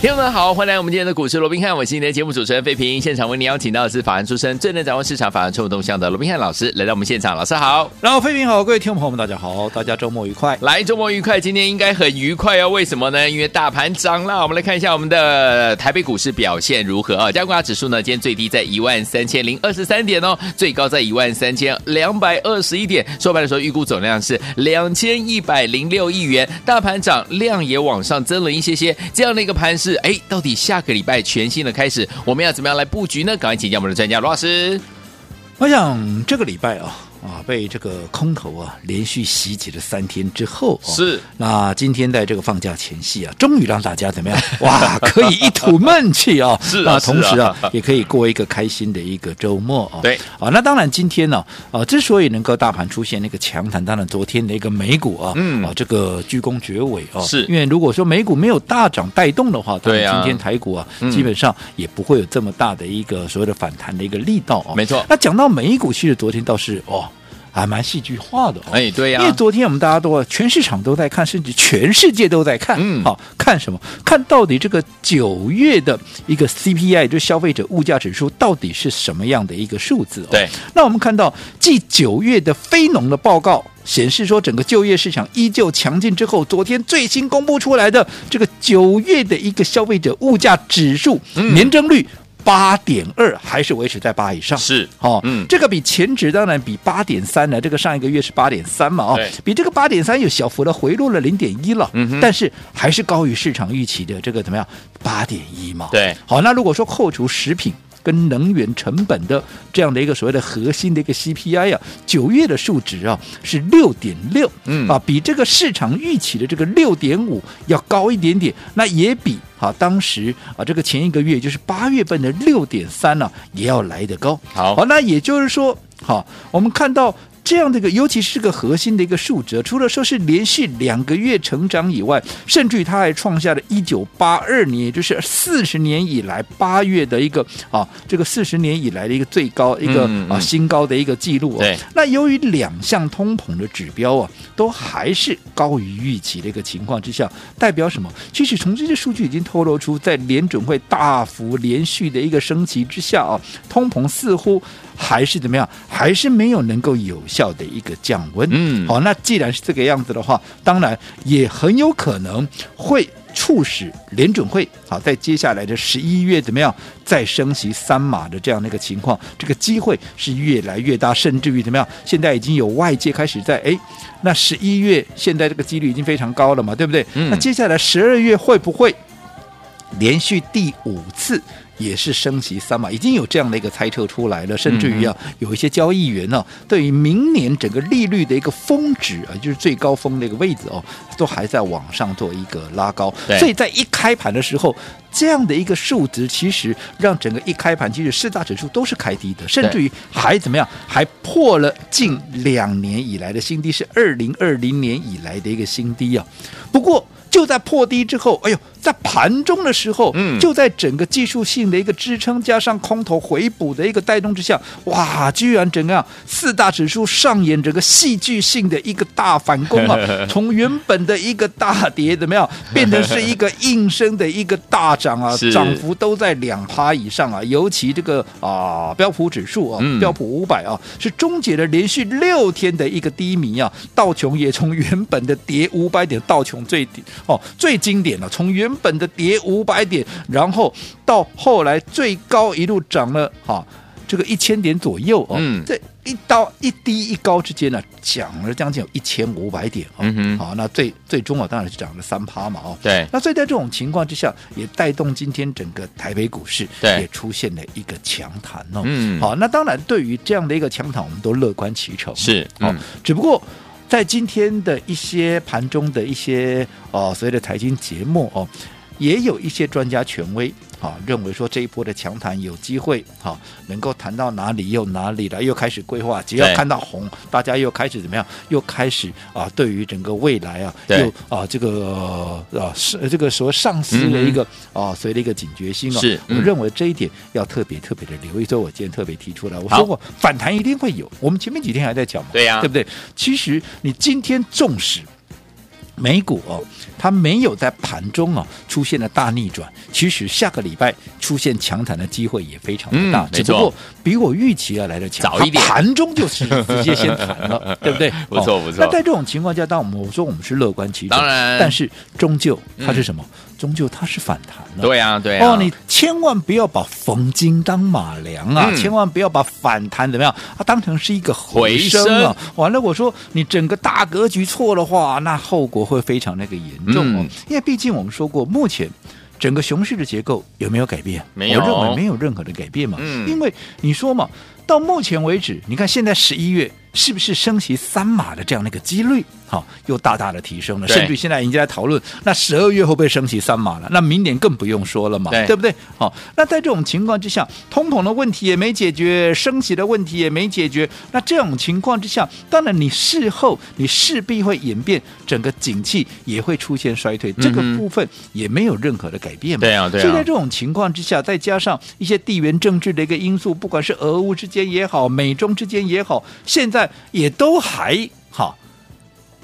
听众们好，欢迎来我们今天的股市罗宾汉，我是你的节目主持人费平。现场为您邀请到的是法案出身、最能掌握市场法案错误动向的罗宾汉老师来到我们现场，老师好。然后，飞平好，各位听众朋友们，大家好，大家周末愉快。来，周末愉快，今天应该很愉快哦。为什么呢？因为大盘涨了。我们来看一下我们的台北股市表现如何啊？加权指数呢，今天最低在一万三千零二十三点哦，最高在一万三千两百二十一点。收盘的时候，预估总量是两千一百零六亿元。大盘涨，量也往上增了一些些。这样的一个盘势，哎，到底下个礼拜全新的开始，我们要怎么样来布局呢？赶快请教我们的专家罗老师。我想这个礼拜啊啊，被这个空头啊连续袭击了三天之后、哦，是那今天在这个放假前夕啊，终于让大家 怎么样？哇，可以一吐闷气啊、哦！是啊那是同时啊，啊也可以过一个开心的一个周末啊、哦。对啊，那当然今天呢啊之所以能够大盘出现那个强弹，当然昨天的一个美股啊，嗯啊这个鞠躬绝尾啊，是因为如果说美股没有大涨带动的话，当对然啊今天台股啊、嗯基本上也不会有这么大的一个所谓的反弹的一个力道啊。没错那讲到美股，其实昨天倒是哦，还蛮戏剧化的、哦。哎，对呀、因为昨天我们大家都啊全市场都在看，甚至全世界都在看。嗯好看什么？看到底这个九月的一个 CPI，就是消费者物价指数，到底是什么样的一个数字、哦？对。那我们看到，继九月的非农的报告显示说，整个就业市场依旧强劲之后，昨天最新公布出来的这个九月的一个消费者物价指数、嗯年增率八点二，还是维持在八以上。是哦，嗯这个比前值当然比八点三呢，这个上一个月是八点三嘛，哦对，比这个八点三有小幅的回落了零点一了，嗯哼但是还是高于市场预期的这个怎么样八点一嘛，对好，那如果说扣除食品。跟能源成本的这样的一个所谓的核心的一个 CPI 啊，九月的数值啊是六点六，嗯啊，比这个市场预期的这个六点五要高一点点，那也比啊当时啊这个前一个月就是八月份的六点三呢也要来得高，好好，那也就是说，好，我们看到这样的一个，尤其是个核心的一个数值，除了说是连续两个月成长以外，甚至于它还创下了1982年，也就是四十年以来八月的一个啊，这个四十年以来的一个最高一个、嗯嗯啊新高的一个记录、哦。对，那由于两项通膨的指标啊，都还是高于预期的一个情况之下，代表什么？其实从这些数据已经透露出，在联准会大幅连续的一个升级之下啊，通膨似乎还是怎么样？还是没有能够有效的一个降温。嗯好，那既然是这个样子的话，当然也很有可能会。促使联准会好在接下来的十一月怎么样再升息三码的这样的一个情况，这个机会是越来越大，甚至于怎么样，现在已经有外界开始在哎，那十一月现在这个几率已经非常高了嘛，对不对？嗯那接下来十二月会不会连续第五次也是升息三码，已经有这样的一个猜测出来了，甚至于啊，有一些交易员呢、对于明年整个利率的一个峰值啊，就是最高峰的一个位置哦，都还在往上做一个拉高对，所以在一开盘的时候。这样的一个数值，其实让整个一开盘，其实四大指数都是开低的，甚至于还怎么样，还破了近两年以来的新低，是二零二零年以来的一个新低啊。不过就在破低之后，哎呦，在盘中的时候，嗯就在整个技术性的一个支撑，加上空头回补的一个带动之下，哇，居然整个啊四大指数上演整个戏剧性的一个大反攻 啊！从原本的一个大跌怎么样，变成是一个应声的一个大涨啊 是，涨幅都在两趴以上啊，尤其这个啊标普指数啊，嗯标普五百啊，是终结了连续六天的一个低迷啊，道琼也从原本的跌五百点，道琼最低哦最经典了、从原本的跌五百点，然后到后来最高一路涨了哈、这个一千点左右哦，嗯这一刀一低一高之间呢、涨了将近有一千五百点哦，嗯哼好，那最最终啊当然是涨了三趴嘛哦，对那所以在这种情况之下，也带动今天整个台北股市对也出现了一个强弹哦，嗯好，那当然对于这样的一个强弹，我们都乐观其成，是哦嗯，只不过。在今天的一些盘呃中的一些哦，所谓的财经节目哦，也有一些专家权威好、认为说这一波的强弹有机会，好、能够弹到哪里又哪里了，又开始规划。只要对看到红，大家又开始怎么样？又开始啊，对于整个未来啊，对又啊这个呃啊是这个所丧失的一个、啊，随了一个警觉心哦。嗯是嗯我认为这一点要特别特别的留意。所以我今天特别提出来，我说过反弹一定会有。我们前面几天还在讲嘛，对呀对不对？其实你今天纵使美股哦，它没有在盘中哦出现了大逆转，其实下个礼拜出现强弹的机会也非常的大，嗯没错只不过比我预期要来的强，早一点它盘中就是直 接先弹了，对不对？不错哦不错那在这种情况下，当我们我说我们是乐观其中，当然嗯但是终究它是什么？终究它是反弹了。对啊，对啊，哦，你千万不要把逢金当马良啊，嗯千万不要把反弹怎么样，它当成是一个回升啊。完了，我说你整个大格局错的话，那后果会非常那个严重哦。嗯因为毕竟我们说过，目前。整个熊市的结构有没有改变？没有我认为没有任何的改变嘛。嗯因为你说嘛，到目前为止，你看现在十一月是不是升息三码的这样的一个几率，好、又大大的提升了，对甚至现在已经在讨论，那十二月会不会升息三码了？那明年更不用说了嘛。对对不对？好、那在这种情况之下，通膨的问题也没解决，升息的问题也没解决，那这种情况之下，当然你事后你势必会演变，整个景气也会出现衰退，这个嗯哼部分也没有任何的改变嘛。对啊对啊所以在这种情况之下，再加上一些地缘政治的一个因素，不管是俄乌之间也好，美中之间也好，现在也都还好。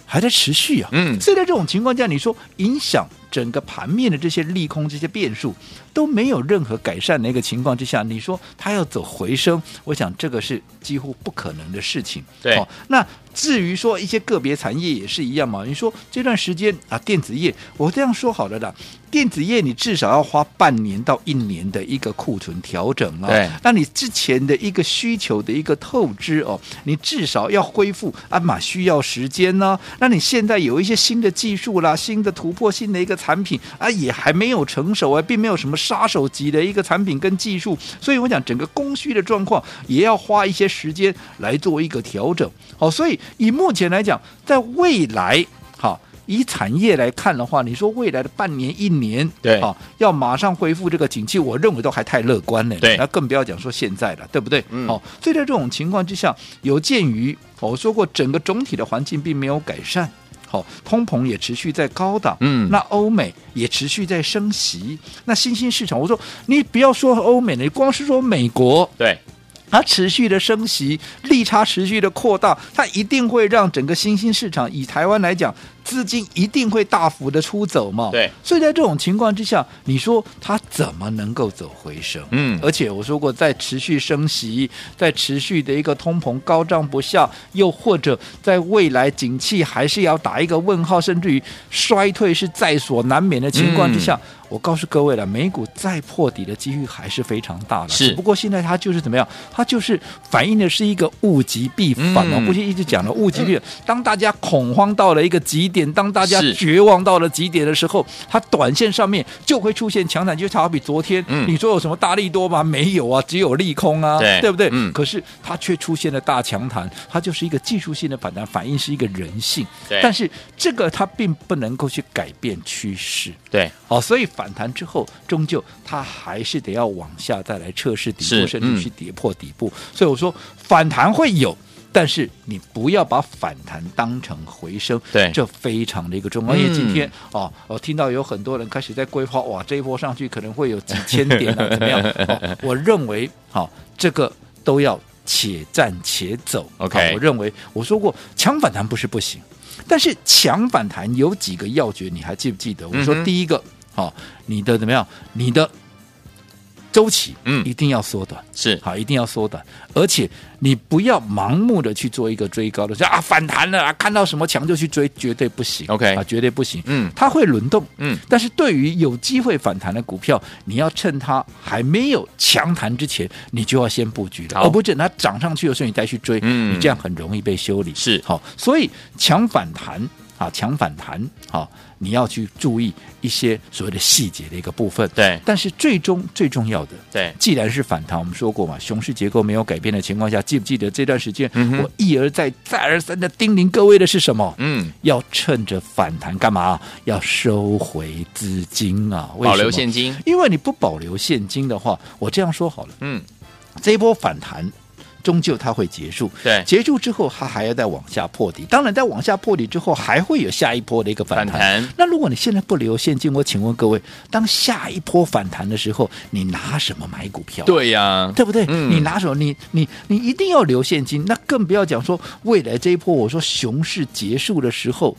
还在持续啊，嗯所以在这种情况下，你说影响整个盘面的这些利空、这些变数都没有任何改善的一个情况之下，你说它要走回升，我想这个是几乎不可能的事情。哦对那至于说一些个别产业也是一样嘛，你说这段时间啊，电子业，我这样说好了啦，电子业你至少要花半年到一年的一个库存调整啊，对那你之前的一个需求的一个透支哦，你至少要恢复啊，嘛需要时间呢、那你现在有一些新的技术啦、新的突破、新的一个产品啊，也还没有成熟啊，并没有什么杀手级的一个产品跟技术，所以我想整个供需的状况也要花一些时间来做一个调整。好、所以以目前来讲，在未来好。以产业来看的话，你说未来的半年、一年，对好、要马上恢复这个景气，我认为都还太乐观了。对那更不要讲说现在了，对不对？好、嗯所以在这种情况之下，有鉴于、哦我说过，整个总体的环境并没有改善。好、通膨也持续在高档，嗯那欧美也持续在升息，那新兴市场，我说你不要说欧美了，你光是说美国，对，它持续的升息，利差持续的扩大，它一定会让整个新兴市场，以台湾来讲，资金一定会大幅的出走嘛。对，所以在这种情况之下，你说它怎么能够走回升？嗯而且我说过，在持续升息，在持续的一个通膨高涨不下，又或者在未来景气还是要打一个问号，甚至于衰退是在所难免的情况之下，嗯我告诉各位了，美股再破底的几率还是非常大的。是只不过现在它就是怎么样，它就是反映的是一个物极必反哦。嗯过去一直讲了物极必反，当大家恐慌到了一个极点，当大家是绝望到了极点的时候，它短线上面就会出现强弹，就好比昨天、嗯你说有什么大利多吗？没有啊，只有利空啊，对不对？嗯可是它却出现了大强弹，它就是一个技术性的反弹，反映是一个人性。对但是这个它并不能够去改变趋势。对，好、哦所以反弹之后，终究它还是得要往下再来测试底是部，甚至嗯去跌破底部。所以我说反弹会有。但是你不要把反弹当成回升，对这非常的一个重要。嗯因为今天哦，我听到有很多人开始在规划，哇，这一波上去可能会有几千点啊，怎 么样？哦、我认为，好、这个都要且战且走。 OK 好我认为我说过，强反弹不是不行，但是强反弹有几个要诀，你还记不记得？我说嗯哼第一个，好、你的怎么样？你的周期，嗯一定要缩短。是好，一定要缩短，而且你不要盲目的去做一个追高的，说啊反弹了啊，看到什么强就去追，绝对不行。 OK 啊，绝对不行。嗯它会轮动，嗯，但是对于有机会反弹的股票，你要趁它还没有强弹之前，你就要先布局了，好而不是等它涨上去的时候你再去追，嗯你这样很容以被修理。是好，所以强反弹啊强反弹啊，你要去注意一些所谓的细节的一个部分。对但是最终最重要的，对既然是反弹，我们说过嘛，熊市结构没有改变的情况下，记不记得这段时间、嗯哼我一而再再而三的叮咛各位的是什么？嗯，要趁着反弹干嘛？要收回资金啊！为什么保留现金，因为你不保留现金的话，我这样说好了，嗯，这一波反弹终究它会结束。对，结束之后，它还要再往下破底。当然，在往下破底之后，还会有下一波的一个反反弹。弹那如果你现在不留现金，我请问各位，当下一波反弹的时候，你拿什么买股票？对呀，对不对？嗯你拿手，你你你一定要留现金，那更不要讲说未来这一波，我说熊市结束的时候。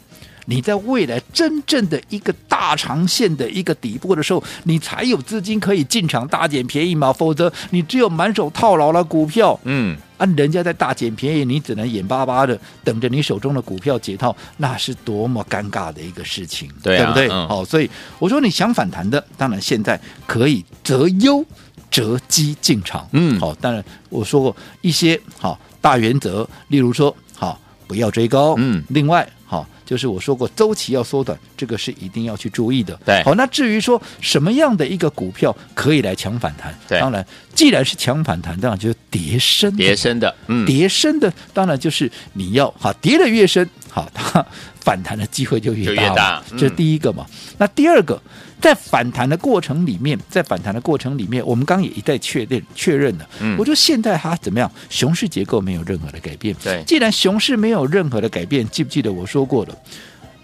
你在未来真正的一个大长线的一个底部的时候，你才有资金可以进场大捡便宜嘛，否则你只有满手套牢了股票嗯，啊，人家在大捡便宜，你只能眼巴巴的等着你手中的股票解套，那是多么尴尬的一个事情，对啊不对？嗯哦，所以我说你想反弹的，当然现在可以择优择机进场，嗯好、当然我说过一些好、大原则，例如说好、不要追高，嗯另外好、就是我说过周期要缩短，这个是一定要去注意的，对好，那至于说什么样的一个股票可以来强反弹，对当然既然是强反弹，当然就是叠升的叠升的，嗯，叠升的，当然就是你要哈，叠的越深，好，它反弹的机会就越就大越嘛大嗯这是第一个嘛。那第二个，在反弹的过程里面，在反弹的过程里面，我们刚刚也一再确认确认了，嗯我说现在它怎么样？熊市结构没有任何的改变。对既然熊市没有任何的改变，记不记得我说过了？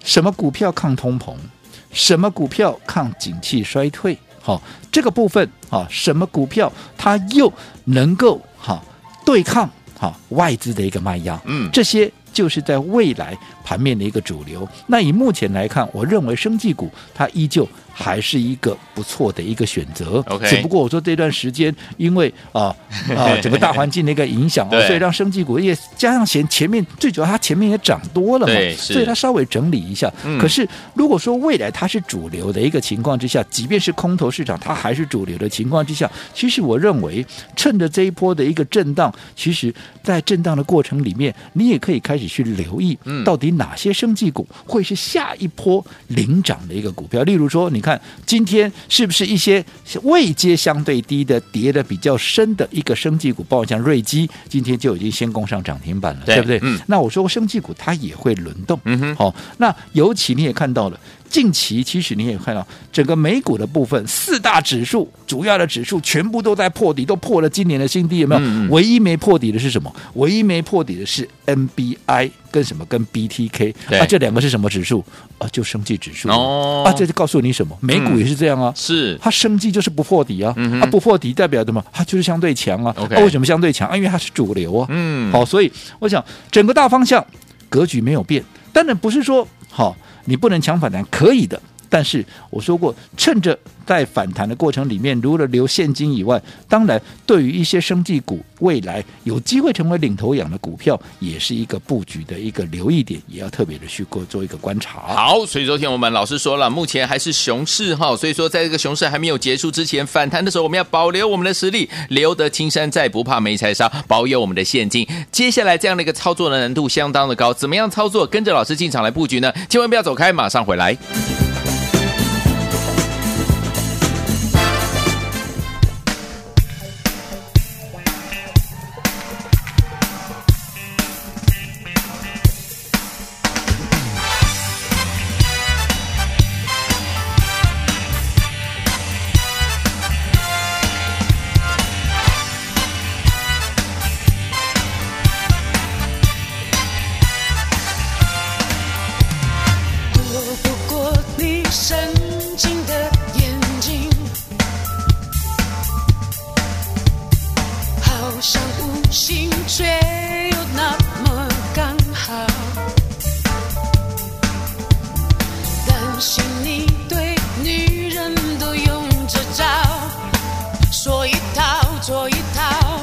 什么股票抗通膨？什么股票抗景气衰退？好、这个部分啊，什么股票它又能够哈、对抗哈、外资的一个卖压？嗯这些就是在未来盘面的一个主流。那以目前来看，我认为生技股它依旧还是一个不错的一个选择。 OK 只不过我说这段时间因为啊啊、 整个大环境的一个影响，对哦所以让生技股也加上前前面最主要它前面也涨多了嘛对，是所以它稍微整理一下。嗯可是如果说未来它是主流的一个情况之下，即便是空头市场它还是主流的情况之下，其实我认为趁着这一波的一个震荡，其实在震荡的过程里面，你也可以开始去留意嗯，到底哪些生技股会是下一波领涨的一个股票。例如说，你看今天是不是一些位阶相对低的、跌的比较深的一个生技股，包括像瑞基，今天就已经先攻上涨停板了，对不对？嗯那我说过，生技股它也会轮动。嗯哼，好、那尤其你也看到了，近期其实你也看到整个美股的部分，四大指数主要的指数全部都在破底，都破了今年的新低，有没有？嗯嗯唯一没破底的是什么？唯一没破底的是 NBI 跟什么跟 BTK 对啊，这两个是什么指数啊？就生技指数哦嗯啊，这就告诉你什么？美股也是这样啊。是它生技就是不破底啊，嗯哼它不破底代表什么？它就是相对强啊。 OK 啊为什么相对强？啊因为它是主流啊。嗯好，所以我想整个大方向格局没有变，当然不是说好、你不能强反弹，可以的。但是我说过，趁着在反弹的过程里面，除了留现金以外，当然对于一些生技股未来有机会成为领头羊的股票，也是一个布局的一个留意点，也要特别的去过做一个观察。好，所以昨天我们老师说了，目前还是熊市哈，所以说在这个熊市还没有结束之前，反弹的时候，我们要保留我们的实力，留得青山在，不怕没柴烧，保有我们的现金。接下来这样的一个操作的难度相当的高，怎么样操作？跟着老师进场来布局呢？千万不要走开，马上回来。躲不过你深情的眼睛，好像无心却又那么刚好。担心你对女人都用这招，说一套做一套，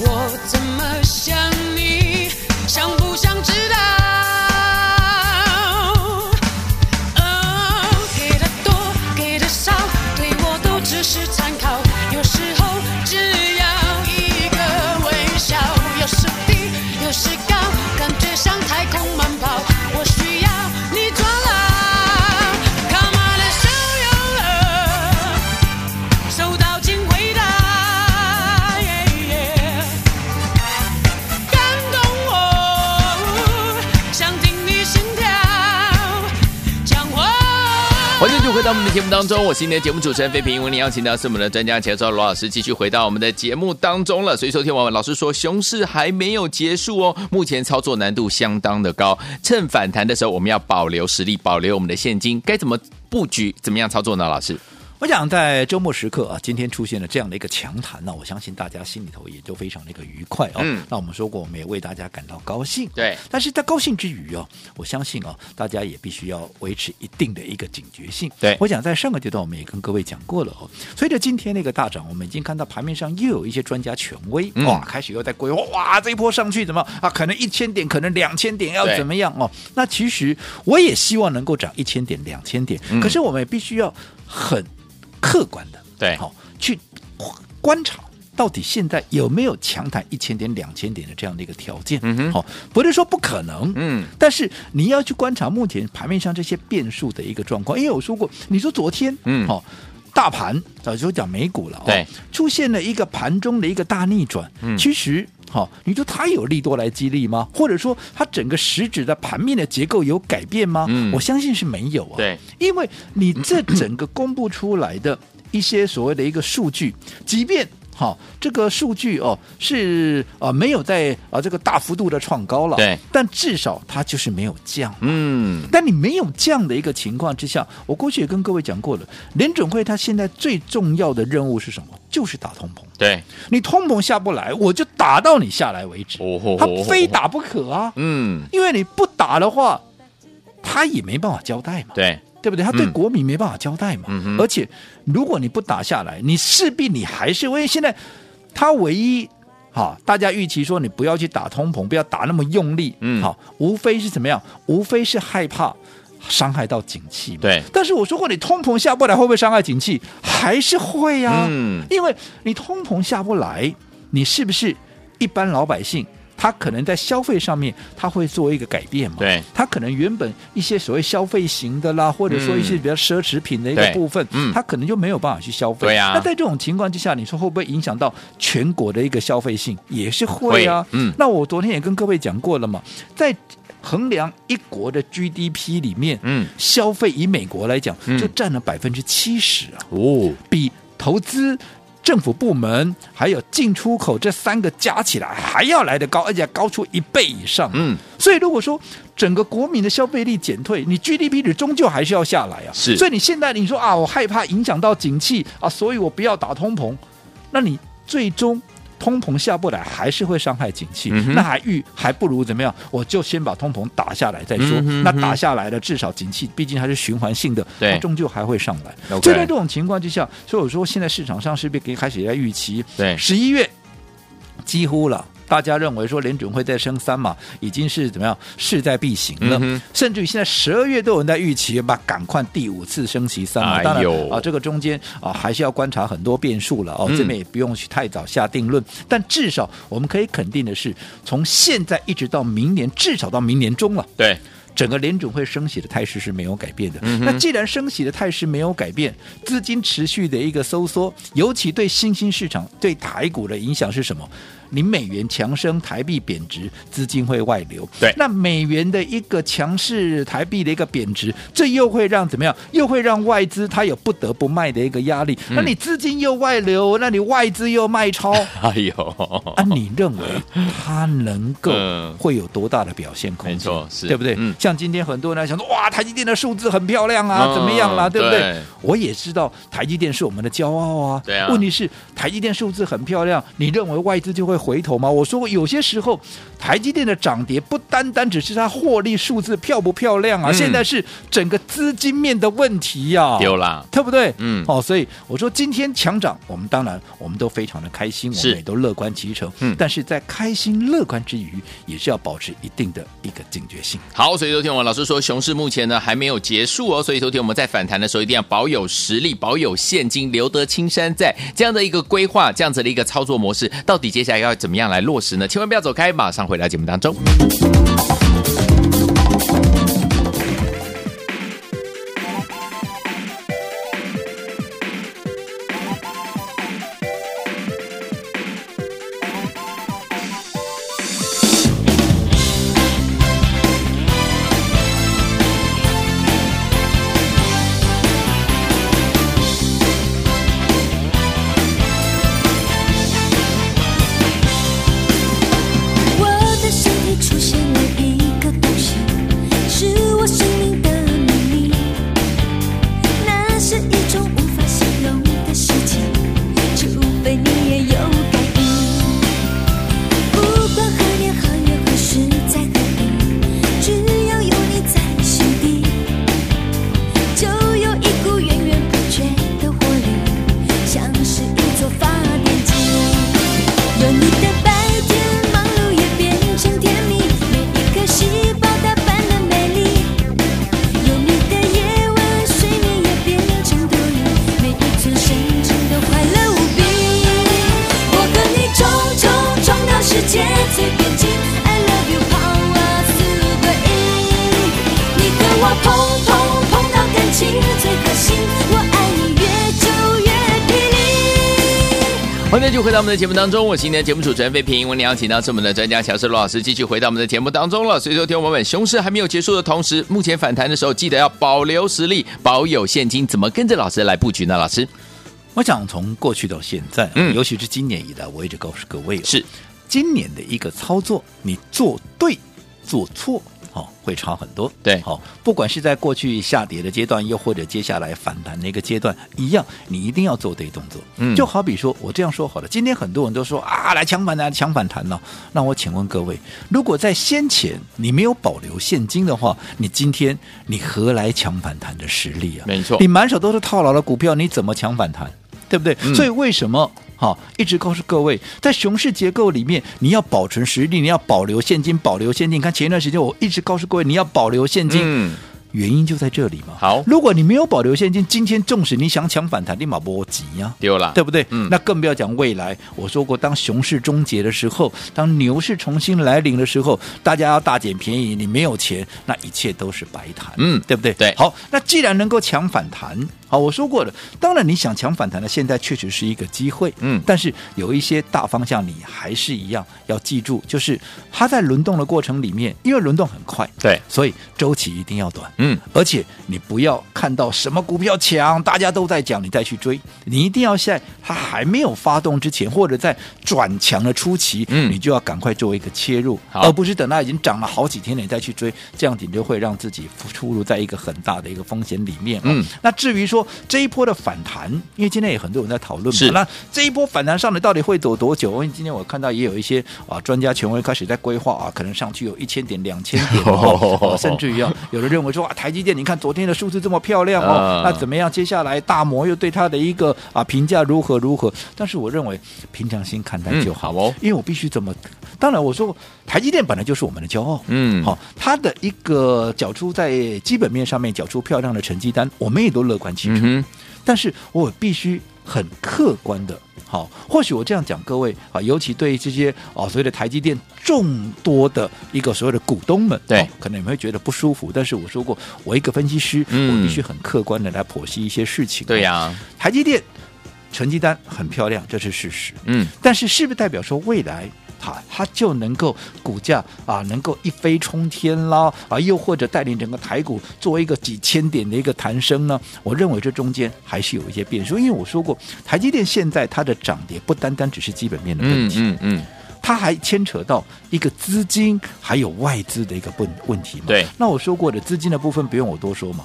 我怎么想你，想不想知道？哦，给的多，给的少，对我都只是参考。有时候只要一个微笑，有时低，有时高，感觉像太空慢跑。我需要你回到我们的节目当中，我是今天的节目主持人费平。为您邀请到是我们的专家介绍罗老师，继续回到我们的节目当中了。所以，昨天我们老师说，熊市还没有结束哦，目前操作难度相当的高。趁反弹的时候，我们要保留实力，保留我们的现金，该怎么布局，怎么样操作呢？老师，我想在周末时刻啊，今天出现了这样的一个强弹呢、我相信大家心里头也都非常的一个愉快哦。嗯那我们说过，我们也为大家感到高兴。对但是在高兴之余哦，我相信哦，大家也必须要维持一定的一个警觉性。对我想在上个阶段我们也跟各位讲过了哦。随着今天那个大涨，我们已经看到盘面上又有一些专家权威、嗯哇，开始又在规划哇，这一波上去怎么啊？可能一千点，可能两千点，要对怎么样哦？那其实我也希望能够涨一千点、两千点，嗯可是我们也必须要很客观的，对好、去观察。到底现在有没有强谈一千点、两千点的这样的一个条件？嗯哼好、不是说不可能，嗯，但是你要去观察目前盘面上这些变数的一个状况，因为我说过，你说昨天，嗯好、大盘早就讲美股了、哦，对，出现了一个盘中的一个大逆转，嗯其实。好、你说它有利多来激励吗？或者说它整个实质的盘面的结构有改变吗？嗯我相信是没有啊。对，因为你这整个公布出来的一些所谓的一个数据，即便好、这个数据哦是啊、呃没有在啊、呃这个大幅度的创高了，对，但至少它就是没有降。嗯，但你没有这样的一个情况之下，我过去也跟各位讲过了，联准会它现在最重要的任务是什么？就是打通膨。对，你通膨下不来，我就打到你下来为止哦吼，它非打不可啊！嗯，因为你不打的话，他也没办法交代嘛。对，对不对？他对嗯国民没办法交代嘛。嗯哼而且，如果你不打下来，你势必你还是因为现在他唯一哈，大家预期说你不要去打通膨，不要打那么用力，嗯好，无非是怎么样？无非是害怕。伤害到景气嘛？对但是我说过，你通膨下不来，会不会伤害景气？还是会啊呀、嗯因为你通膨下不来，你是不是一般老百姓他可能在消费上面他会做一个改变嘛？对他可能原本一些所谓消费型的啦，或者说一些嗯比较奢侈品的一个对部分，嗯他可能就没有办法去消费。对呀那在这种情况之下，你说会不会影响到全国的一个消费性？也是会啊。会嗯那我昨天也跟各位讲过了嘛，在衡量一国的 GDP 里面，嗯消费以美国来讲嗯，就占了百分之七十啊。哦，比投资、政府部门还有进出口这三个加起来还要来得高，而且高出一倍以上。嗯，所以如果说整个国民的消费力减退，你 GDP 值终究还是要下来啊。是所以你现在你说啊，我害怕影响到景气啊，所以我不要打通膨，那你最终。通膨下不来，还是会伤害景气。嗯哼那还预还不如怎么样？我就先把通膨打下来再说。嗯哼那哼打下来了，至少景气毕竟还是循环性的，对它终究还会上来。 OK 所以在这种情况之下，所以我说现在市场上是不是可以开始在预期？对十一月几乎了。大家认为说联准会再升三嘛，已经是怎么样势在必行了，嗯哼甚至于现在十二月都有人在预期吧，赶快第五次升息三嘛。哎当然呦啊，这个中间啊还是要观察很多变数了哦，嗯这边也不用去太早下定论，但至少我们可以肯定的是，从现在一直到明年，至少到明年中了。 对， 整个联准会升息的态势是没有改变的。嗯哼那既然升息的态势没有改变，资金持续的一个收缩，尤其对新兴市场、对台股的影响是什么？你美元强升，台币贬值，资金会外流。对那美元的一个强势，台币的一个贬值，这又会让怎么样？又会让外资它有不得不卖的一个压力。嗯那你资金又外流，那你外资又卖超，哎呦，啊，你认为它能够嗯会有多大的表现空间？没错是对不对？嗯像今天很多人还想说，哇，台积电的数字很漂亮啊，嗯怎么样啦、对不对？对我也知道台积电是我们的骄傲啊。对啊问题是台积电数字很漂亮，你认为外资就会回头吗？我说过，有些时候台积电的涨跌不单单只是它获利数字漂不漂亮啊，嗯现在是整个资金面的问题啊呀、丢啦，对不对？嗯哦，所以我说今天强涨，我们当然我们都非常的开心，我是们也都乐观其成。嗯但是在开心乐观之余，也是要保持一定的一个警觉性。好，所以昨天我们老师说，熊市目前呢还没有结束哦，所以昨天我们在反弹的时候一定要保有实力，保有现金，留得青山在这样的一个规划，这样子的一个操作模式，到底接下来要怎么样来落实呢？千万不要走开，马上回到节目当中。续回到我们的节目当中，我是今天的节目主持人费平。我们邀请到是我们的专家乔世罗老师，继续回到我们的节目当中了。所以说，听我们熊市还没有结束的同时，目前反弹的时候，记得要保留实力，保有现金。怎么跟着老师来布局呢？老师，我想从过去到现在，啊嗯尤其是今年以来，我一直告诉各位、哦，是今年的一个操作，你做对做错。哦，会差很多。对好、不管是在过去下跌的阶段，又或者接下来反弹的一个阶段，一样，你一定要做对动作。嗯就好比说，我这样说好了，今天很多人都说啊，来抢反弹，抢反弹了、那我请问各位，如果在先前你没有保留现金的话，你今天你何来抢反弹的实力啊？没错你满手都是套牢的股票，你怎么抢反弹？对不对？嗯所以为什么？好，一直告诉各位，在熊市结构里面，你要保存实力，你要保留现金，保留现金。你看前一段时间，我一直告诉各位，你要保留现金，嗯原因就在这里嘛。好如果你没有保留现金，今天纵使你想抢反弹，立马波及啊呀。丢了，对不对？嗯那更不要讲未来。我说过，当熊市终结的时候，当牛市重新来临的时候，大家要大捡便宜，你没有钱，那一切都是白谈，嗯对不对？对好，那既然能够抢反弹，好，我说过了，当然你想抢反弹的，现在确实是一个机会，嗯但是有一些大方向你还是一样要记住，就是它在轮动的过程里面，因为轮动很快，对，所以周期一定要短，嗯，而且你不要看到什么股票强，大家都在讲，你再去追，你一定要在它还没有发动之前，或者在转强的初期，嗯你就要赶快做一个切入，好而不是等它已经涨了好几天了你再去追，这样子你就会让自己出入在一个很大的一个风险里面、哦。嗯，那至于说这一波的反弹，因为今天也很多人在讨论是，嘛，那这一波反弹上来到底会走多久？因为今天我看到也有一些啊专家权威开始在规划啊，可能上去有一千点、两千点、哦 哦甚至。至于啊，有人认为说啊，台积电，你看昨天的数字这么漂亮哦啊，那怎么样？接下来大摩又对它的一个啊评价如何如何？但是我认为平常心看待就好,、嗯好哦因为我必须这么。当然，我说过台积电本来就是我们的骄傲，嗯好、它的一个缴出在基本面上面缴出漂亮的成绩单，我们也都乐观其成。嗯哼，但是我必须很客观的。好，或许我这样讲，各位啊，尤其对这些啊所谓的台积电众多的一个所谓的股东们，对哦可能你们会觉得不舒服。但是我说过，我一个分析师，嗯我必须很客观的来剖析一些事情。啊对呀、台积电成绩单很漂亮，这是事实。嗯，但是是不是代表说未来？它它就能够股价啊，能够一飞冲天啦啊，又或者带领整个台股做一个几千点的一个弹升呢？我认为这中间还是有一些变数，因为我说过，台积电现在它的涨跌不单单只是基本面的问嗯题，嗯嗯，它还牵扯到一个资金还有外资的一个问问题嘛。对那我说过的资金的部分不用我多说嘛，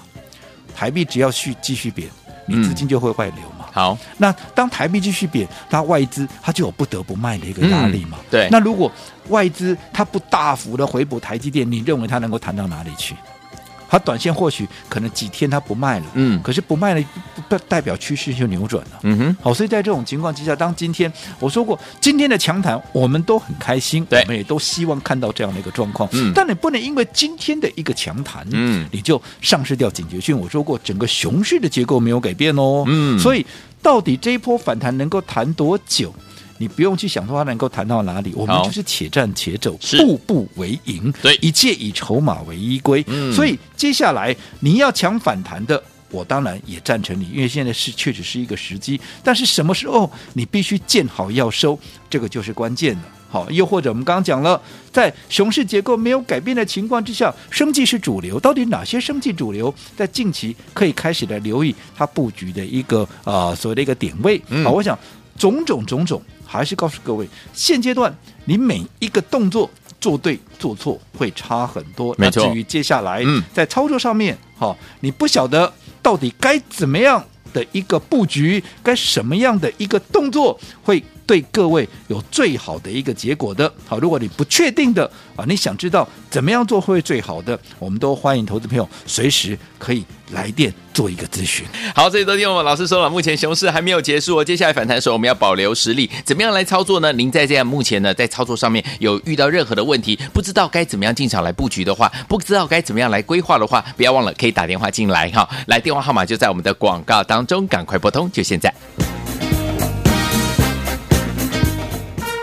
台币只要续继续贬，你资嗯金就会外流嘛。好，那当台币继续贬，它外资它就有不得不卖的一个压力嘛。嗯对那如果外资它不大幅的回补台积电，你认为它能够弹到哪里去？它短线或许可能几天它不卖了，嗯可是不卖了不不代表趋势就扭转了。嗯哼，好，所以在这种情况之下，当今天我说过，今天的强谈我们都很开心，对我们也都希望看到这样的一个状况。嗯但你不能因为今天的一个强谈，嗯你就丧失掉警觉性。我说过，整个熊市的结构没有改变哦，嗯所以到底这一波反弹能够谈多久？你不用去想说它能够谈到哪里，我们好就是且战且走，是步步为营，对一切以筹码为依归。嗯所以接下来你要抢反弹的，我当然也赞成你，因为现在是确实是一个时机。但是什么时候你必须见好要收，这个就是关键的。好，又或者我们刚刚讲了，在熊市结构没有改变的情况之下，生计是主流，到底哪些生计主流在近期可以开始来留意它布局的一个呃所谓的一个点位？嗯好，我想种种种种，还是告诉各位，现阶段你每一个动作做对做错会差很多。没那错至于接下来、嗯在操作上面，哈、你不晓得到底该怎么样的一个布局，该什么样的一个动作会。对各位有最好的一个结果的，好，如果你不确定的啊，你想知道怎么样做会最好的，我们都欢迎投资朋友随时可以来电做一个咨询。好，所以昨天我们老师说了，目前熊市还没有结束哦，接下来反弹的时候我们要保留实力，怎么样来操作呢？您在这样目前呢，在操作上面有遇到任何的问题，不知道该怎么样进场来布局的话，不知道该怎么样来规划的话，不要忘了可以打电话进来哈，来电话号码就在我们的广告当中，赶快拨通，就现在。